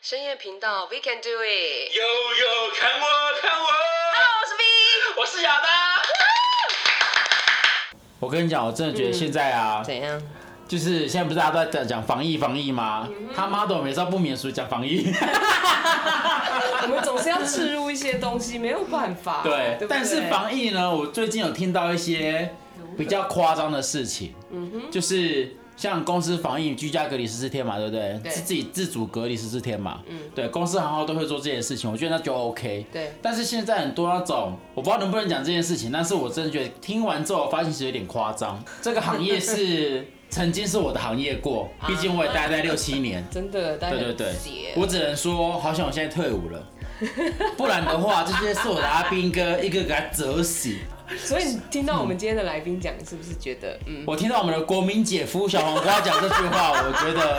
深夜频道，We can do it。悠悠，看我，看我， Hello，我是 V。我是亚当。我跟你讲，我真的觉得现在啊，怎样？就是现在不是大家都在讲防疫防疫吗？他妈的，我每次都不免俗讲防疫。我们总是要置入一些东西，没有办法。对不，但是防疫呢，我最近有听到一些比较夸张的事情，就是像公司防疫居家隔离十四天嘛，对不对？嗯对自自己自主隔离十四天嘛，对，公司行号都会做这件事情，我觉得那就 OK。对但是现在很多那种，我不知道能不能讲这件事情，但是我真的觉得听完之后，我发现其实有点夸张。这个行业是曾经是我的行业 过，毕竟我也待在六七年。真的，但对对解对，我只能说，好想我现在退伍了， 不然的话，这些是我的阿兵哥一个给他折死。所以你听到我们今天的来宾讲，是不是觉得嗯，我听到我们的国民姐夫小黄瓜讲这句话，我觉得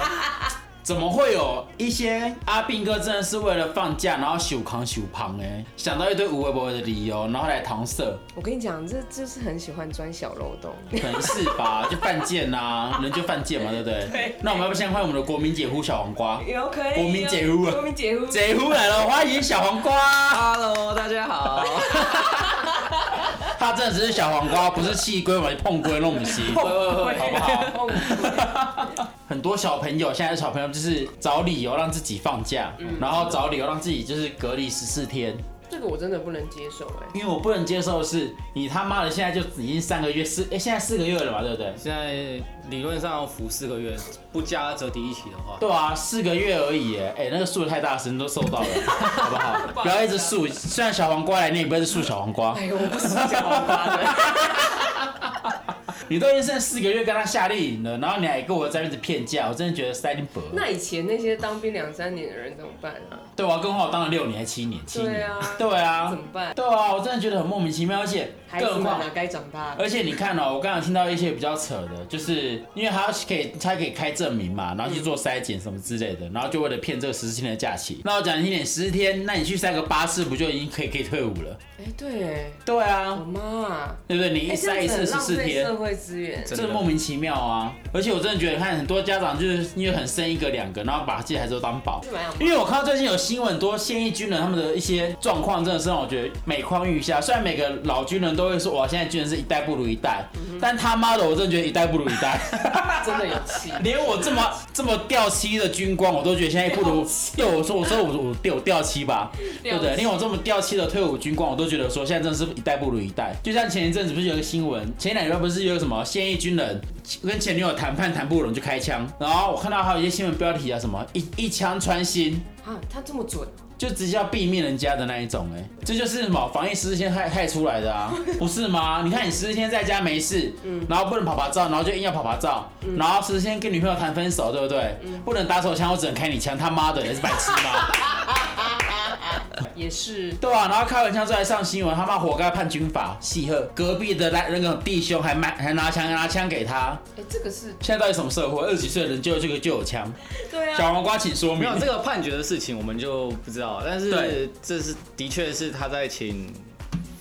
怎么会有一些阿兵哥真的是为了放假，然后手扛手旁哎，想到一堆无微不微的理由，然后来搪塞，我跟你讲，这就是很喜欢钻小漏 洞。可能是吧？就犯贱呐、人就犯贱嘛，对不对？对那我们要不先换我们的国民姐夫小黄瓜？有可以哦，国民解忧啊国民解忧，姐夫来了，欢迎小黄瓜。 Hello，大家好。他真的只是小黄瓜，不是气龟嘛，碰龟弄不西。好不好？ 很多小朋友，现在的小朋友就是找理由让自己放假，然后找理由让自己就是隔离十四天。这个我真的不能接受哎。因为我不能接受的是，你他妈的现在就已经三个月四，哎、现在四个月了吧，对不对？现在理论上要服四个月，不加折抵一起的话， 对啊，四个月而已耶，哎、那个树太大声都受到了，好不好？不要一直树，虽然小黄瓜来，你也不会是树小黄瓜，哎呦，我不是小黄瓜的，你都已经剩四个月跟他夏令营了，然后你还跟我在那边一直骗假，我真的觉得塞林伯。那以前那些当兵两三年的人怎么办啊？对我要跟我当了六年还七年，七年，对啊对啊，怎么办对啊，我真的觉得很莫名其妙，而且哦孩更子何们况啊，该长大了。而且你看哦、我刚刚听到一些比较扯的，就是因为他可以他可以开证明嘛，然后去做筛检什么之类的，然后就为了骗这个十四天的假期。那我讲一点，十四天，那你去筛个八次，不就已经可以可以退伍了？哎，对，对我啊，妈，对不对？你一哎，这筛一样次子很十浪四费天社。会资源。这莫名其妙啊！而且我真的觉得，看很多家长就是因为很生一个两个，然后把自己孩子都当宝是蛮有。因为我看到最近有新闻，很多现役军人他们的一些状况，真的是让我觉得每况愈下。虽然每个老军人都会说，哇，现在军人是一代不如一代，但他妈的，我真的觉得一代不如一代。嗯 真的有气。连我这么这么掉漆的军官，我都觉得现在 不如。对，我说我说我我掉我掉漆吧，对不掉对？漆连我这么掉漆的退伍军官，我都觉得说现在真的是一代不如一代。就像前一阵子不是有一个新闻，前两天不是有什么现役军人跟前女友谈判谈不拢就开枪，然后我看到还有一些新闻标题啊，什么一一枪穿心。啊，他这么准，就直接要毙命人家的那一种、哎，这就是什么防疫十四天害害出来的 啊，不是吗？你看你十四天在家没事，嗯然后不能跑爬照，然后就硬要跑爬照，然后十四天跟女朋友谈分手，对不对？嗯不能打手枪，我只能开你枪，他妈的，你是白痴吗？也是对啊，然后开完枪之后还上新闻，他妈活该判军法，戏鹤隔壁的那那个弟兄还买还拿枪拿枪给他，哎、这个是现在到底什么社会？二十几岁的人就这个就有枪，对啊，小黄瓜请说没明有。这个判决的事情，我们就不知道。但对是这是的确是他在请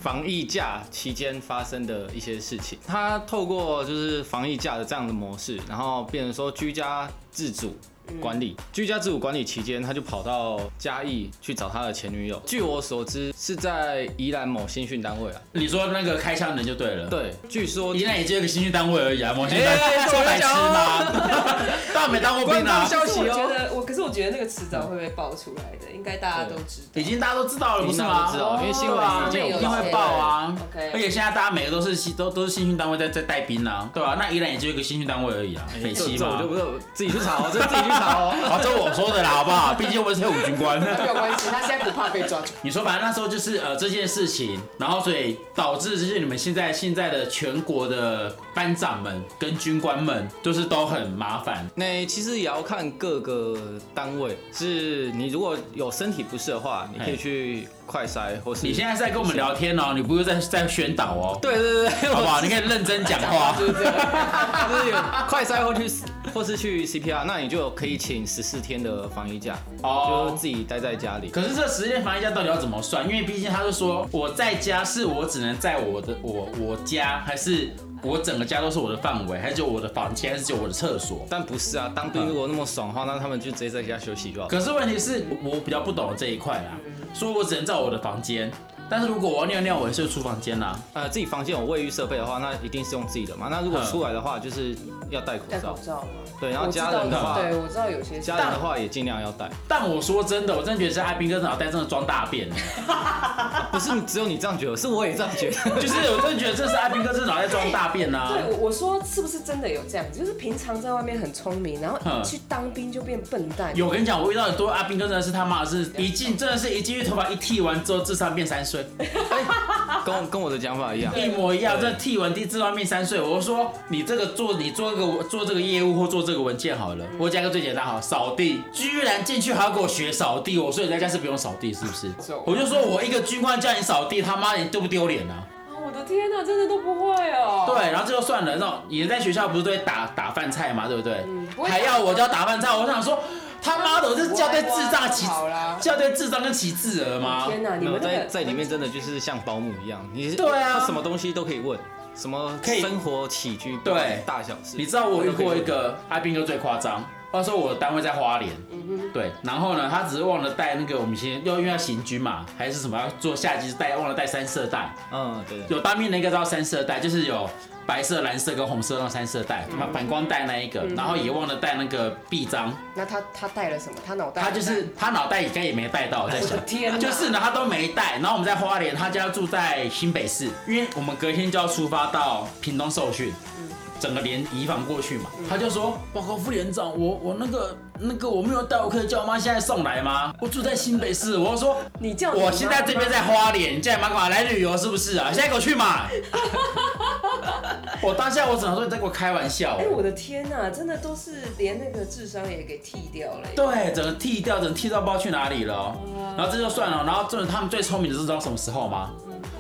防疫假期间发生的一些事情。他透过就是防疫假的这样的模式，然后变成说居家自主。管理居家自主管理期间，他就跑到嘉义去找他的前女友。据我所知，是在宜兰某新训单位啊。你说那个开枪的人就对了。对，据说宜兰也只有一个新训单位而已啊，某些单哎位哎说我白痴跟你讲 吗？当然没当过兵啊，官方消可息是我觉哦。得我，可是我觉得那个迟早会被爆出来的，应该大家都知 道。已经大家都知道了，不是大家吗？都知道因为新闻哦已经有对啊一定会报啊。 OK 而且现在大家每个都是新都都是新训单位在在带兵啊，对吧？那宜兰也只有一个新训单位而已啊，北哎这西这我嘛就。不是自己去查哦，这自己去查哦。好，这我说的啦，好不好？毕竟我是退伍军官。 没有关系，他现在不怕被抓住。你说，反正那时候就是呃这件事情，然后所以导致就是你们现在现在的全国的班长们跟军官们，就是都很麻烦。那其实也要看各个单位，是你如果有身体不适的话，你可以去快筛，或是你现在是在跟我们聊天哦，你不是在在宣导哦。对对对对，好不好？你可以认真讲话。我就是有快筛或去 或是去 CPR，那你就可以请十四天的防疫假，哦就自己待在家里。可是这十天防疫假到底要怎么算？因为毕竟他是说我在家是我只能在我的我我家，还是我整个家都是我的范围，还是只有我的房间，还是只有我的厕所？但不是啊，当兵如果那么爽的话，那他们就直接在家休息就好。可是问题是我比较不懂这一块啦，所以我只能照我的房间。但是如果我要尿尿，我也是出房间啦。呃，自己房间有卫浴设备的话，那一定是用自己的嘛。那如果嗯出来的话，就是要戴口戴罩口。罩嘛。对然后我知家道人的话对我知道有些家人的话也尽量要戴，但我说真的，我真的觉得是阿斌哥脑袋真的装大便， 不是只有你这样觉得，是我也这样觉得。就是我真的觉得这是阿斌哥这脑袋装大便啊呐、对，哎我我说是不是真的有这样子？就是平常在外面很聪明，然后嗯一去当兵就变笨蛋。有，我跟你讲，我遇到很多阿兵哥，真的是他妈的是一进，真的是一进去头发一剃完之后，智商变三岁，跟 我跟我的讲法一样，一模一样。这剃完第智商变三岁，我就说你这个做你做这个做这个业务或做这个文件好了，我讲一个最简单好，扫地，居然进去还要给我学扫地，我说你在家是不用扫地是不是走？我就说我一个军官叫你扫地，他妈你丢不丢脸啊？啊我的天哪，真的都不会哦。对，然后这就算了。那种你在学校不是都会打打饭菜嘛，对不对？不会嗯打还要我教打饭菜，我想说他妈的，我这是校对智障的旗好啦，校对智障跟旗帜儿吗？天哪，你没有们那在个在里面真的就是像保姆一样，你对啊他什么东西都可以问，什么可以生活起居对大小事，你知道我遇过一个阿兵哥最夸张，他说我的单位在花莲，对，然后呢，他只是忘了带那个我们先要因为要行军嘛，还是什么要做夏季带，忘了带三色带。嗯对，有当兵的应该知道三色带，就是有白色、蓝色跟红色那种三色带，反反光带那一个，然后也忘了带那个臂章。那他他带了什么？他脑袋他就是他脑袋应该也没带到，我在我想的。 天哪，就是呢，他都没带。然后我们在花莲，他家住在新北市，因为我们隔天就要出发到屏东受训，嗯整个连移防过去嘛。他就说：“报告副连长，我我那个那个我没有带，我可以叫我妈现在送来吗？我住在新北市。”我说。 你叫你我现在妈这边在花莲，你叫你妈干嘛来旅游是不是啊？现在给我去 嘛！我当下我只能说你在跟我开玩笑哎、。我的天呐、真的都是连那个智商也给剃掉了耶。对，整个剃掉，整个剃到不知道去哪里了哦、然后这就算了，然后真的他们最聪明的是知道什么时候吗？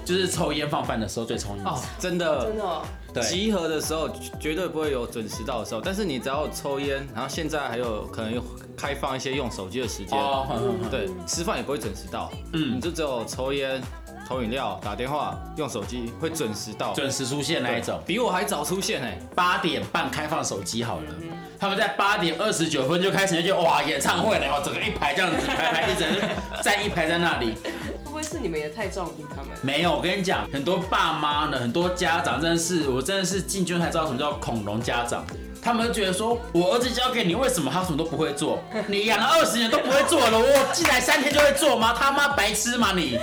就是抽烟放饭的时候最聪明。哦真的真。的、哦，对，集合的时候绝绝对不会有准时到的时候，但是你只要抽烟，然后现在还有可能有开放一些用手机的时间，哦，哼哼哼对，吃饭也不会准时到，嗯嗯，你就只有抽烟、投饮料、打电话、用手机会准时到，准时出现那一种，比我还早出现哎、八点半开放手机好了。他们在八点二十九分就开始就觉得哇演唱会了，然哦后整个一排这样子排排一整就站一排在那里。会不会是你们也太照顾他们？没有，我跟你讲，很多爸妈呢，很多家长真的是，我真的是进军才知道什么叫恐龙家长。他们就觉得说，我儿子交给你，为什么他什么都不会做？你养了二十年都不会做了，我进来三天就会做吗？他妈白痴吗你？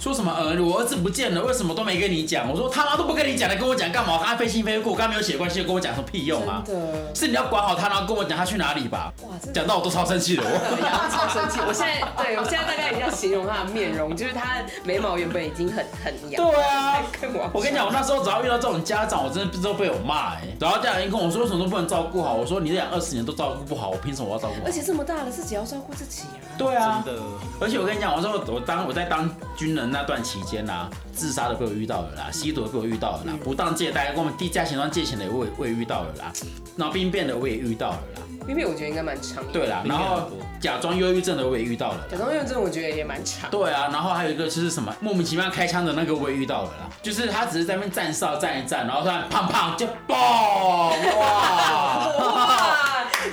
说什么儿我儿子不见了，为什么都没跟你讲？我说他妈都不跟你讲的，跟我讲干嘛？他非亲非故，刚没有血关系，跟我讲什么屁用啊？真的，是你要管好他，然后跟我讲他去哪里吧。哇，真的讲到我都超生气的，我。真的然后超生气。我现在对我现在大概已经要形容他的面容，就是他眉毛原本已经很很扬，对啊还跟我我跟你讲，我那时候只要遇到这种家长，我真的不知道被我骂哎、然后家长一跟我说，为什么都不能照顾好？我说你这养二十年都照顾不好，我凭什么我要照顾好 而？且这么大了，自己要照顾自己啊。对啊，真的，而且我跟你讲，我说我当我在当军人那段期间啦、自杀的被我遇到了啦，吸毒的被我遇到了啦，不当借贷跟我们低价钱庄借钱的我也我也遇到了啦，然后病变的我也遇到了啦，冰冰我觉得应该蛮长的，对啦，病然变很后多假装忧郁症的我也遇到了啦假装认真，我觉得也蛮长。对啊，然后还有一个就是什么莫名其妙开枪的那个我也遇到了啦，就是他只是在那边站哨站一站，然后突然砰砰就嘣哇，哇，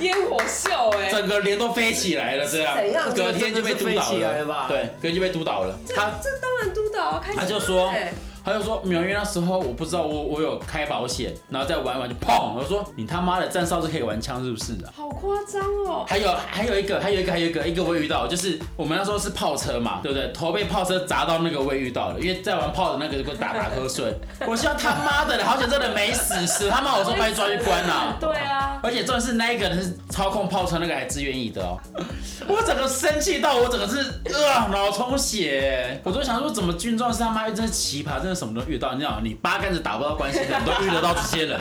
烟火秀哎、整个脸都飞起来了，这样怎样隔天就被督导这个真的是飞起来了了吧对，隔天就被督导了。他这当然督导啊，开始他就说哎他就说没有，因为那时候我不知道我我有开保险，然后再玩一玩就砰，我说你他妈的站哨是可以玩枪是不是啊？好夸张哦，还有还有一个还有一个还有一个一个我也遇到，就是我们那时候是炮车嘛，对不对？头被炮车砸到那个我也遇到了，因为在玩炮的那个就给我打打瞌睡。我希望他妈的，好险真的没死，死他妈我说把你抓去关了、对啊。而且重点是那一个人是操控炮车那个还自愿意的哦， 我整个生气到我整个是啊脑充血，我都想说怎么军装是他妈真是奇葩，真的什么都遇到，你知道你八竿子打不到关系的人都遇得到这些人，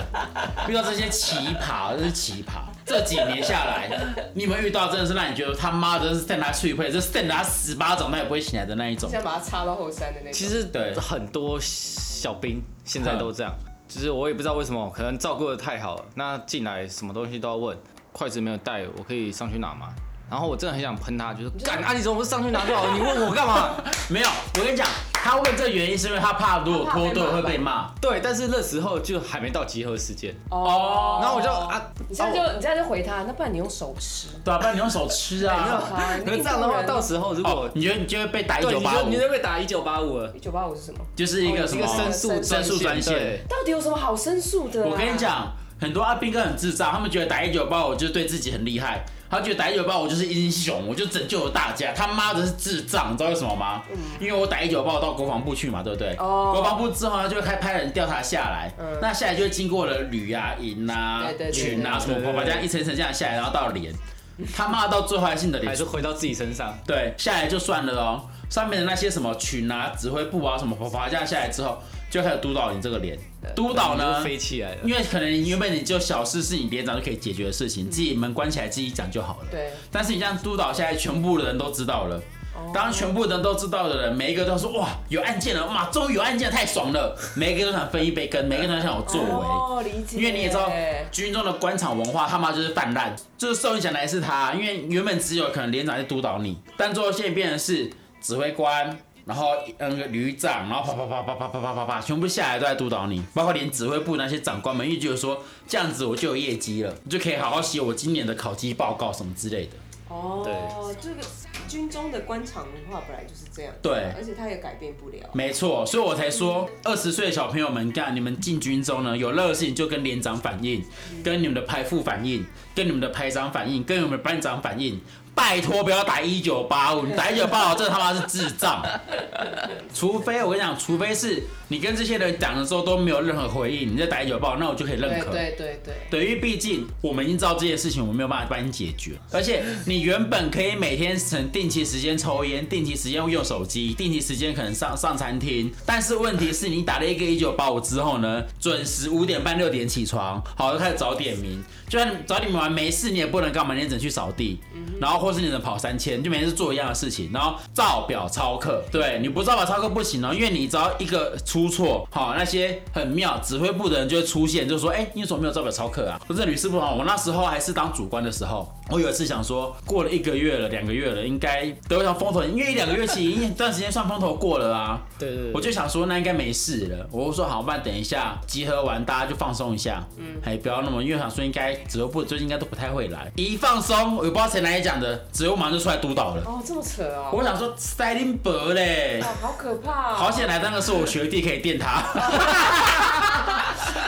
遇到这些奇葩真是奇葩。这几年下来，你有没有遇到真的是让你觉得他妈的真是扇他脆配，就扇他十巴掌他也不会醒来的那一 种？想把它插到后山的那种。其实对嗯很多小兵现在都这样，就是我也不知道为什么，可能照顾的太好了，那进来什么东西都要问，筷子没有带，我可以上去拿吗？ 然后我真的很想喷他，就是干啊！你怎么不上去拿就好了？你问我干嘛？没有，我跟你讲，他问这原因是因为他怕如果脱队会被骂。对，但是那时候就还没到集合时间，哦然后我就，啊，你现在就你现在就回他，那不然你用手吃。对啊，不然你用手吃哎啊。好 可是这样的话，到时候如果哦，你觉得你就会被打一对，九你八就五你，就被打一九八五了，一九八五是什么？就是一个什哦一么个申诉申诉专线对到底有什么好申诉的、啊我跟你，讲，很多阿兵哥很智障，他们觉得打一九八五就是对自己很厉害，他觉得打一九八五就是英雄，我就拯救了大家。他妈的是智障，你知道为什么吗？嗯因为我打一九八五到国防部去嘛，对不对？哦国防部之后，他就会开派人调查下来，那下来就会经过了旅啊、营啊对、对对群啊什么嗯对对，对把这样一层一层这样下来，然后到连，他妈到最后还是你的还脸是回到自己身上。对，下来就算了哦。上面的那些什么群啊、指挥部啊、什么啪啪这样下来之后，就开始督导你这个连。督导呃你呢就，飞起来了。因为可能原本你就小事是你连长就可以解决的事情，自己门关起来自己讲就好了。对，但是你这样督导下来，全部的人都知道了。哦当全部人都知道的人，每一个都说哇有案件了，哇终于有案件了太爽了，每一个都想分一杯羹，每一个都想有作为。哦，理解。因为你也知道，军中的官场文化他妈就是泛滥，就是受影响的还是他，因为原本只有可能连长在督导你，但最后现在变成是指挥官，然后那个旅长，然后啪啪啪啪啪啪啪啪啪，全部下来都在督导你，包括连指挥部那些长官们，因为觉得说这样子我就有业绩了，你就可以好好写我今年的考绩报告什么之类的。哦对，这个军中的官场文化本来就是这样，对而且他也改变不了。没错，所以我才说，二十岁的小朋友们干，你们进军中呢，有任何事情就跟连长反映，跟你们的排副反映，跟你们的排长反映，跟你们的班长反映。拜托，不要打一九八五，你打一九八五，这他妈是智障。除非我跟你讲，除非是你跟这些人讲的时候都没有任何回应，你再打一九八五，那我就可以认对可。对对对，对，因为毕竟我们已经知道这件事情，我们没有办法帮你解决。而且你原本可以每天成定期时间抽烟，定期时间用手机，定期时间可能上上餐厅。但是问题是你打了一个一九八五之后呢，准时五点半六点起床，好，就开始早点名。就算你早点名完没事，你也不能干嘛，你也只能去扫地，然后或是你只能跑三千，就每天是做一样的事情，然后照表操课。对，你不照表操课不行哦，因为你只要一个出错，好，那些很妙指挥部的人就会出现，就说，哎、你怎么没有照表操课啊？不是屡试不爽。我那时候还是当主官的时候，我有一次想说，过了一个月了，两个月了，应该得我想风头，因为一两个月其实一段时间算风头过了啊。对对对，我就想说，那应该没事了。我就说好，不然等一下集合完，大家就放松一下，嗯，哎，不要那么，因为想说应该指挥部最近应该都不太会来，一放松，我也不知道谁哪里讲的，指挥部马上就出来督导了。哦，这么扯哦，我想说塞林伯嘞哇，，好可怕、哦。好险来那个是我学弟，可以电他，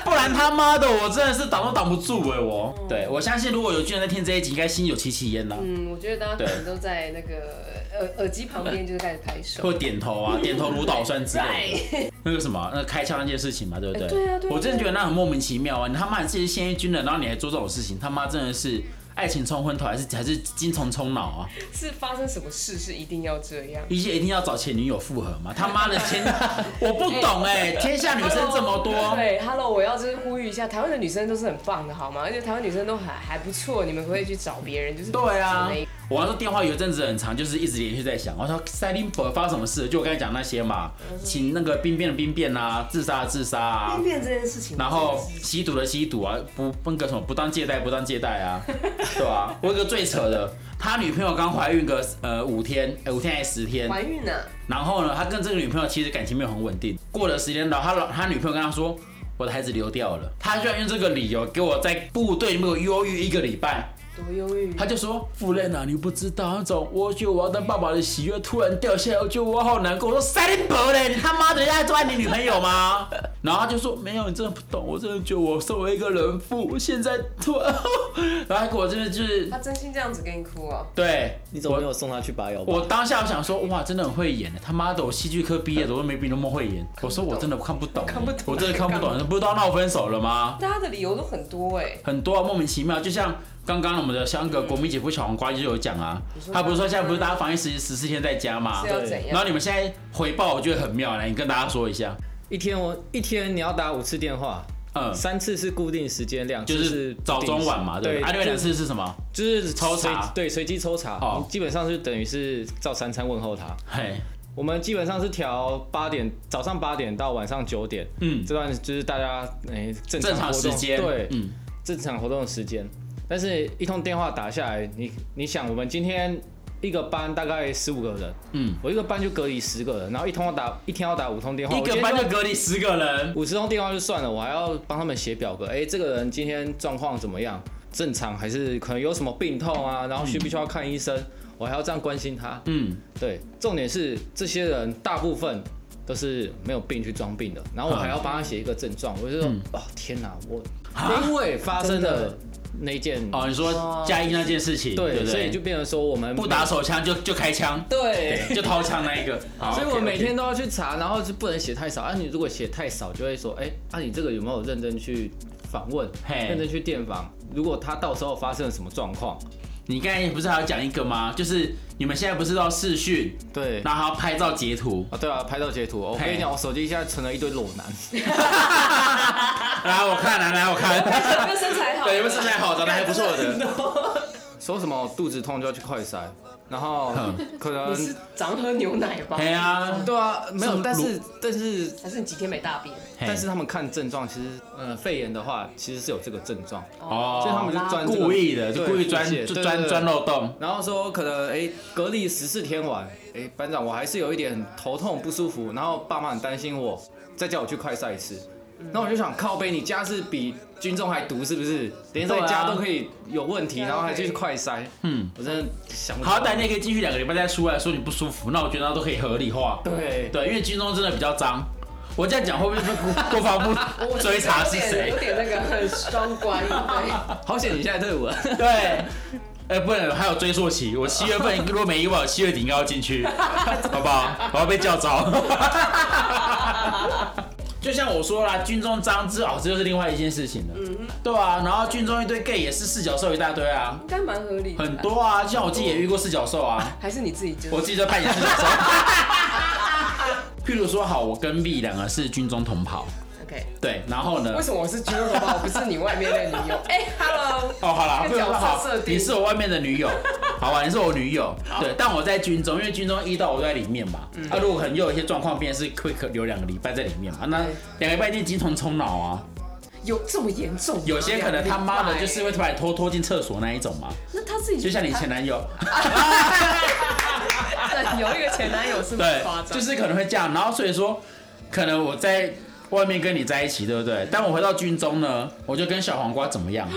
不然他妈的我真的是挡都挡不住哎、我。对，我相信如果有军人在听这一集，应该心有戚戚焉啦，嗯，我觉得大家可能都在那个呃耳耳机旁边就是开始拍手。会点头啊，点头如捣蒜之类的。 Right 那个什么，啊那个开枪那件事情嘛，对不对？哎对啊对啊我真的觉得那很莫名其妙啊！你他妈你自己是现役军人，然后你还做这种事情，他妈真的是爱情冲昏头，还是还是精虫冲脑啊？是发生什么事是一定要这样？一些一定要找前女友复合嘛？他妈的前， 我不懂哎、天下女生这么多，对，Hello，我要就是呼吁一下，台湾的女生都是很棒的，好吗？而且台湾女生都还还不错，你们可以去找别人，就是对啊只能。我那时候电话有一阵子很长，就是一直连续在响。我说塞林伯发生什么事？就我刚才讲那些嘛，嗯请那个兵变的兵变啊，自杀的自杀 啊分，辨这件事情，然后吸毒的吸毒啊，不那个什么不当借贷不当借贷啊， 对啊？我有个最扯的，他女朋友刚怀孕个呃五天，呃五天还是十天，怀孕啊了、然后呢，他跟这个女朋友其实感情没有很稳定。过了时间了，他老他女朋友跟他说，我的孩子流掉了，他居然用这个理由给我在部队里面有忧郁一个礼拜。多忧郁。他就说：“夫人啊，你不知道那种，我觉得我要当爸爸的喜悦突然掉下来，我觉得我好难过。”我说：“塞林伯嘞，你他妈的人家在爱你女朋友吗？” 然后他就说：“没有，你真的不懂，我真的觉得我身为一个人父，我现在突然…… 然后他给我真的就是他真心这样子跟你哭哦、对你怎么没有送他去拔摇吧？我当下我想说，哇，真的很会演他妈的，我戏剧科毕业的，我都没比你那么会演。我说我真的看不懂，看不懂我真的看不懂，不知道闹分手了吗？大家的理由都很多哎、很多、啊、莫名其妙，就像刚刚我们的香港国民姐夫小黄瓜就有讲啊说，他不是说现在不是大家防疫十十四天在家吗是？要对怎然样后？你们现在回报，我觉得很妙，欸来，你跟大家说一下，一天我一天你要打五次电话，嗯，三次是固定时间量，就是早中晚嘛，对对不对？，啊，另外两就是次是什么？就是抽查随对，随机抽查，哦你基本上就等于是照三餐问候他。嘿，我们基本上是调八点，早上八点到晚上九点，嗯，这段就是大家诶、正正常常活时动间，对，嗯，正常活动的时间。但是，一通电话打下来，你你想，我们今天一个班大概十五个人，嗯，我一个班就隔离十个人，然后一通要打一天要打五通电话，一我今个天班就隔离十个人，五十通电话就算了，我还要帮他们写表格。哎、这个人今天状况怎么样？正常还是可能有什么病痛啊？然后需不需要看医生？我还要这样关心他。嗯，对，重点是这些人大部分都是没有病去装病的，然后我还要帮他写一个症状，我就说，嗯哦天哪，我因为发生了那件，啊哦，你说加一那件事情，对对，不对，所以就变成说我们不打手枪就就开枪，对。对，就掏枪那一 个。好所以我 OK，OK 每天都要去查，然后就不能写太少。啊，你如果写太少，就会说，哎、啊，你这个有没有认真去访问，嘿认真去电访？如果他到时候发生了什么状况，你刚才不是还要讲一个吗？就是你们现在不是要视讯，对然后还要拍照截图，啊，对啊，拍到截图。我跟嘿你讲，我手机现在存了一堆裸男，来我看，来来我 看，有没有身材 好？对，你们身材好，长得还不错 的，说什么肚子痛就要去快筛，然后嗯可 能你是常喝牛奶吧？哎呀，对啊，没什有，么但是但是还是你几天没大便？嘿但是他们看症状，其实呃肺炎的话，其实是有这个症状，哦，所以他们就专这个故意的，就对故意钻误解就对钻对钻漏洞。然后说可能哎、隔离十四天完，哎、班长我还是有一点头痛不舒服，然后爸妈很担心我，再叫我去快赛一次。嗯那我就想靠背，你家是比军中还毒是不是？连在对啊家都可以有问题，对啊然后还去快筛，嗯，我真的想不好到歹你也可以进去两个礼拜再出来说你不舒服，那我觉得那都可以合理化。对对，因为军中真的比较脏。我这样讲会不会被国 国防部追查是谁啊有？点那个很双关，对， 好险你现在退伍了，啊对，哎、不能还有追溯期。我七月 份如果没意外，我七月底应该要进 去，好不好？我要被叫招。 就像我说啦，军中张之哦，这就是另外一件事情了。对啊，然后军中一堆 gay 也是四角兽一大堆啊，应该蛮合理的。很多啊。就像我自己也遇过四角兽啊。还是你自己就我自己在扮演自己的时候。 譬如说，好，我跟 B 两个是军中同袍， OK。对，然后呢为？什么我是军人吧？我不是你外面的 女友。哎，Hello，哦，好啦，跟不要角色好设，定你是我外面的 女友，好吧，你是我女友，对，但我在军中，因为军中一到我都在里面嘛，啊，如果可能又有一些状况，变成是会可留两个礼拜在里面嘛，啊那嗯对两个礼拜一定精虫充脑啊，有这么严重吗？有些可能他妈的就是两会个礼把你拖拖进厕所那一种嘛，拜，那他自己就像你前男友， 对有一个前男友是蛮对夸，张，就是可能会这样。然后所以说，可能我在外面跟你在一起，对不对？但我回到军中呢，我就跟小黄瓜怎么 样？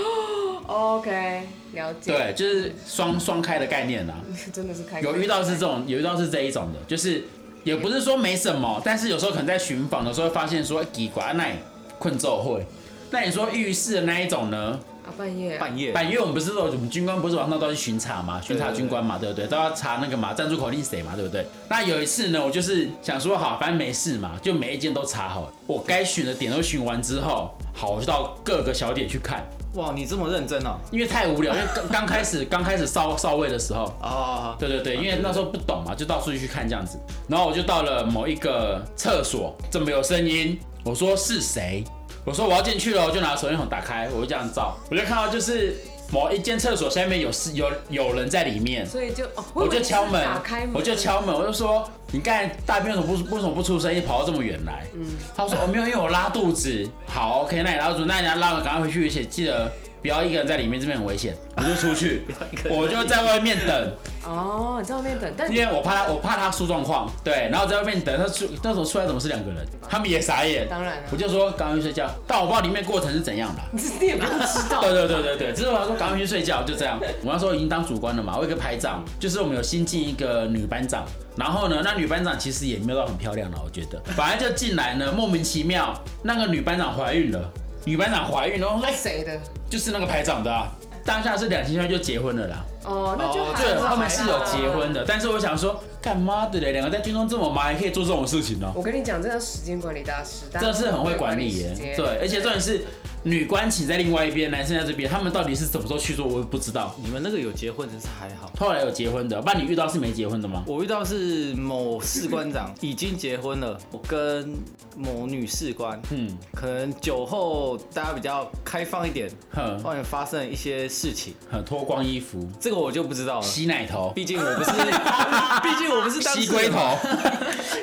OK，了解。对，就是双双开的概念啦。啊真的是开有遇到是这种，有遇到是这一种的，就是也不是说没什么，但是有时候可能在巡访的时候会发现说，哎奇怪，那你困咒会。那你说浴室的那一种呢？啊半夜 半夜反正我们不是说我们军官不是晚上都要去巡查嘛，巡查军官嘛，对不对？都要查那个嘛，站住口令谁嘛，对不对？那有一次呢，我就是想说好，反正没事嘛，就每一间都查好了，我该巡的点都巡完之后，好，我就到各个小点去看，哇，你这么认真哦，因为太无聊，因为刚刚开始刚开始少少尉的时候。哦，对对啊对，因为那时候不懂嘛，就到处去看这样子。然后我就到了某一个厕所，怎么有声音？我说是谁？我说我要进去了，我就拿手电筒打开，我就这样照，我就看到就是某一间厕所下面有是有有人在里面，所以就哦，我就敲门以为你是打开门，我就敲门，我就说你刚才大便为什么不为什么不出声音，跑到这么远来？嗯他说哦没有，因为我拉肚子。好，OK，那你拉肚子，那你要拉了赶快回去，而且记得不要一个人在里面，这边很危险。我就出 去，我就在外面等。哦，你在外面等，但 因为我怕他，我怕他出状况，对，然后在外面等他出，那时候出来怎么是两个人？他们也傻眼。当然了啊我就说赶快去睡觉，但我不知道里面过程是怎样的。你自己也不知道 对对对对对，只是我要说赶快去睡觉，就这样。我那时候已经当主官了嘛，我有一个排长，就是我们有新进一个女班长，然后呢，那女班长其实也没有到很漂亮了，我觉得，反正就进来呢，莫名其妙，那个女班长怀孕了，女班长怀孕了，然后说哎、谁的就是那个排长的、啊，当下是两星期就结婚了啦。哦，那就哦还对，好他们是有结婚。还好的，但是我想说，干妈的嘞，两个在军中这么忙，还可以做这种事情呢、我跟你讲，真的时间管理大师，真的是很会管理耶大家都会管时间。哦对，而且重点是女官请在另外一边，男生在这边，他们到底是什么时候去做，我也不知道。你们那个有结婚真是还好。后来有结婚的，不然你遇到是没结婚的吗？我遇到是某士官长已经结婚了，我跟某女士官，嗯，可能酒后大家比较开放一点，很外面发生了一些事情，很脱光衣服，这个个我就不知道了，洗奶头、毕竟我不是， 毕竟我不是当事洗人龟 头、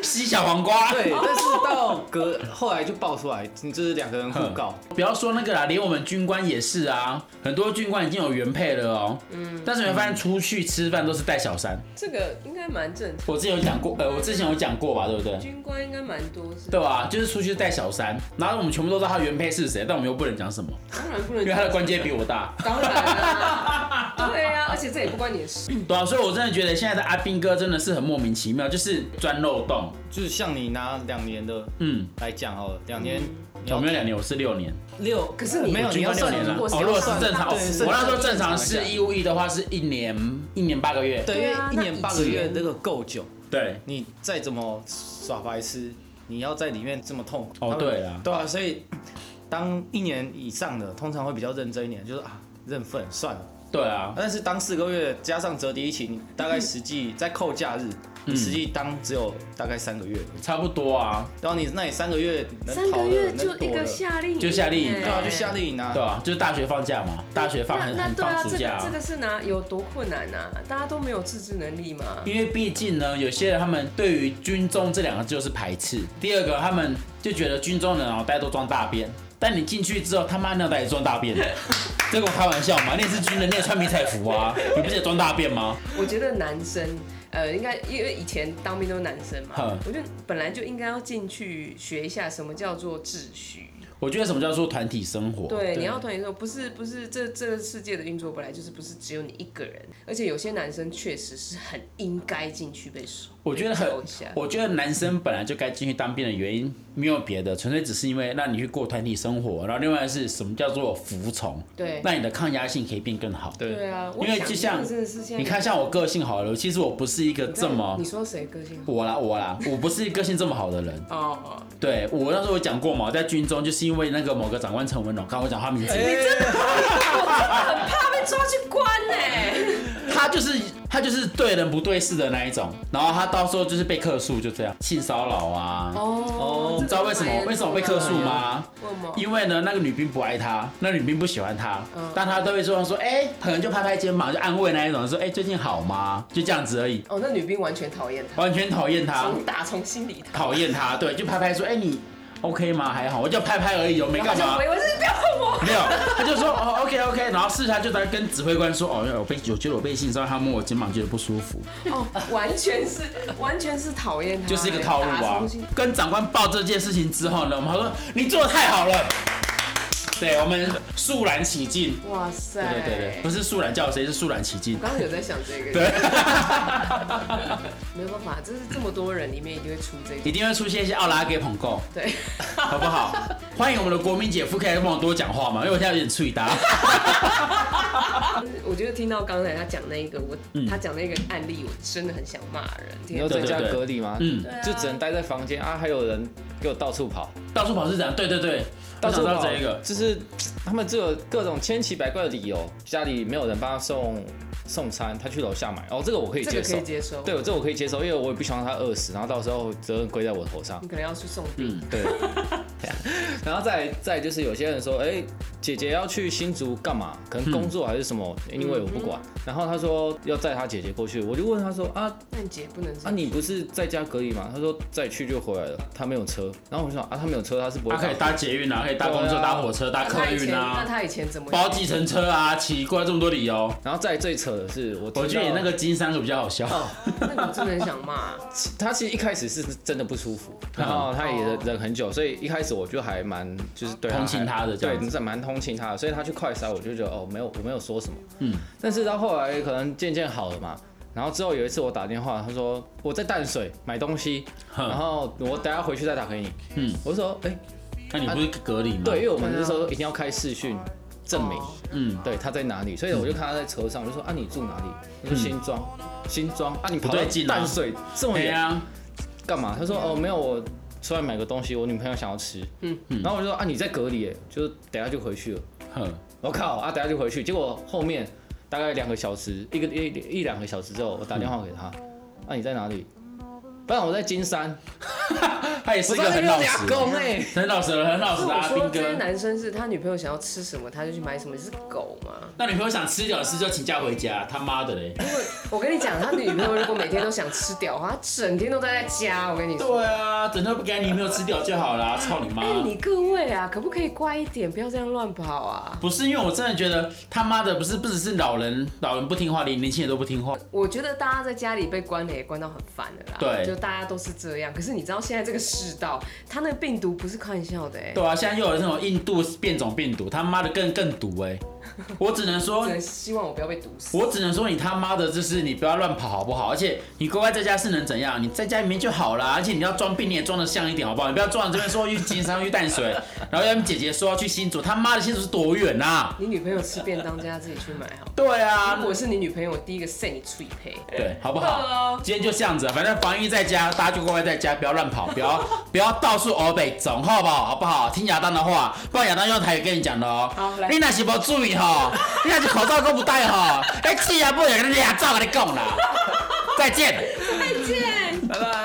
洗小黄瓜。对，但是到隔后来就爆出来，就是两个人互告，不要说那个啦，连我们军官也是啊，很多军官已经有原配了哦、嗯，但是你会发现出去吃饭都是带小三。这个应该蛮正常，我之前有讲过，呃，我之前有讲过吧，对不对？军官应该蛮多是吧，对吧？就是出去带小三，然后我们全部都知道他原配是谁，但我们又不能讲 什么，当然不能，因为他的官阶比我大。当然啦、 对啊，而且这也不关你的事，对啊，所以我真的觉得现在的阿兵哥真的是很莫名其妙，就是钻漏洞。就是像你拿两年的嗯，来讲好了，两年你有要没有两年？我是六年，六，可是你没有，你军要官六算年了。如果是哦，如果是正常，对正我那时候正常正是常义务役的话是一年一年八个月。对，因对为啊一那年以八个月前那个够久，对，你再怎么耍白痴，你要在里面这么痛苦。哦他们对啦对啊，所以当一年以上的，通常会比较认真一点，就是啊认份算了。对啊，但是当四个月加上折抵一起，你大概实际再扣假日，嗯你实际当只有大概三个月。差不多啊，然后你那你三个月能三逃个的月能就一躲个的夏令营，就夏令营对啊，就夏令营啊对。啊，就是大学放假嘛，大学放那很那很对放啊，暑这假个啊、这个是哪有多困难啊？大家都没有自制能力嘛。因为毕竟呢，有些人他们对于军中这两个字就是排斥。第二个，他们就觉得军中的脑袋都装大便，但你进去之后，他妈脑袋也装大 便，这跟我开玩笑嘛？你也是军人，你也穿迷彩服啊，你不是也装大便吗？我觉得男生，呃，应该因为以前当兵都是男生嘛哼，我觉得本来就应该要进去学一下什么叫做秩序。我觉得什么叫做团体生活？对，你要团结说，不是不是，这这个世界的运作本来就是不是只有你一个人，而且有些男生确实是很应该进去被收。我觉得很被收起来，我觉得男生本来就该进去当兵的原因没有别的，纯粹只是因为让你去过团体生活，然后另外是什么叫做服从，对那你的抗压性可以变更好。对啊，我因为想就像这个真的是现在你看，像我个性好了，其实我不是一个你这么你说谁个性好？我啦我啦，我不是个性这么好的人。哦，对我那时候有讲过嘛，我在军中就是因为那个某个长官陈文龙，刚刚我讲他名哎字，怕被抓去关呢、 他就是他就是对人不对事的那一种，然后他到时候就是被克诉，就这样性骚扰啊。哦哦你知道为什么为什么被克诉？吗？为什么？因为呢，那个女兵不爱他，那女兵不喜欢他，嗯但他都会说说，哎、可能就拍拍肩膀，就安慰那一种，说，哎、最近好吗？就这样子而已，哦，那女兵完全讨厌他，完全讨厌他，从打从心里讨讨厌他，对，就拍拍说，哎、你 OK 吗？还好，我就拍拍而已，我没厌。干就嘛回，我是不要碰我。没有，他就说，哦，OK OK，然后试下就在跟指挥官说，哦，我被，我觉得我被性骚扰，他摸我肩膀觉得不舒服，哦，完全是，完全是讨厌他，就是一个套路打啊从心。跟长官报这件事情之后呢，我们还说你做的太好了，对我们肃然起敬。哇塞！对对对，不是肃然叫谁，是肃然起敬我。刚刚有在想这个，对， 没有办法，这是这么多人里面一定会出这 一个，定会出现一些奥拉给捧够，对，好不好？欢迎我们的国民姐夫，可以来帮我多讲话嘛，因为我现在有点脆搭。 我觉得听到刚才他讲那一个，我、嗯他讲那个案例，我真的很想骂人。你要对在对家对隔离吗？嗯，对啊就只能待在房间啊，还有人给我到处跑，到处跑是这样，对对对，到处处跑到这一个，就是他们就有各种千奇百怪的理由，家里没有人帮他送送餐，他去楼下买，哦，这个我可以这接个可受以，接受，对，这我可以接受，因为我也不希望他饿死，然后到时候责任归在我头上 你，可能要去送嗯病，对。 然后再再就是有些人说，哎、姐姐要去新竹干嘛？可能工作还是什么，因为我不嗯管。然后他说要载他姐姐过去，我就问他说啊，那你姐不能啊，送。你不是在家隔离吗？他说再去就回来了，他没有车。然后我就想啊，他没有车，他是不会他可以搭捷运啊，可以搭公车、对啊搭火车、搭那客他以前运那啊，他以前怎么包计程车啊，奇怪这么多理由。然后再最扯的是，我我觉得你你那个金三个比较好笑，那个我真的很想骂。他其实一开始是真的不舒服，嗯然后他也忍忍很久，所以一开始我就还蛮就是对同情还他的这对样，子蛮同情他的，所以他去快筛，我就觉得哦，没有，我没有说什么，嗯，但是到后来可能渐渐好了嘛。然后之后有一次我打电话，他说我在淡水买东西，哼然后我等下回去再打给你。嗯嗯，我就说哎、那你不是隔离吗？对，因为我们那时候一定要开视讯证明，哦嗯，对他在哪里，所以我就看他在车上，我就说啊你住哪里？他说新庄，新庄啊你跑嗯不到对劲啊淡水这么对远呀，干嘛？他说哦没有，我出来买个东西，我女朋友想要吃，嗯，然后我就说啊你在隔离耶，就是等下就回去了，哼，我靠啊等下就回去，结果后面嗯大概两个小时，一个一一两个小时之后，我打电话给他，啊你在哪里？不然我在金山，他也是我一个在那很边老有实的、俩公哎，很老实的、很老实不是的哦我阿说兵这些哥。男生是他女朋友想要吃什么，他就去买什么，是狗吗？那女朋友想吃屌丝就请假回家，他妈的嘞！如果我跟你讲，他女朋友如果每天都想吃屌的话，他整天都待在家。我跟你说，对啊，整天不给你没有吃屌就好啦，操你妈！哎、你各位啊，可不可以乖一点，不要这样乱跑啊？不是因为我真的觉得他妈的不是不只是老人，老人不听话，连年轻人都不听话。我觉得大家在家里被关了也关到很烦了啦。对就大家都是这样。可是你知道现在这个世道，他那个病毒不是开玩笑的哎、对啊，现在又有那种印度变种病毒，他妈的更更毒哎、我只能说 只，能希望我不要被毒死。我只能说你他妈的，就是你不要乱跑好不好？而且你乖乖在家是能怎样？你在家里面就好啦。而且你要装病，你也装得像一点好不好？你不要装这边说去金山去淡水，然后要姐姐说要去新竹，他妈的新竹是多远呐、啊？你女朋友吃便当，叫她自己去买 好。对啊如，果是你女朋友，我第一个扇你脆皮。对，好不好好？今天就这样子，反正防疫在家，大家就乖乖在家，不要乱跑，不要 不要到处欧北总，好不好？好不好？听亚当的话，不然亚当用台语跟你讲的哦。好来你那是无注意吼，你那是口罩都不戴吼，哎，气啊不然跟你俩照跟你讲啦。再见。再见。拜拜。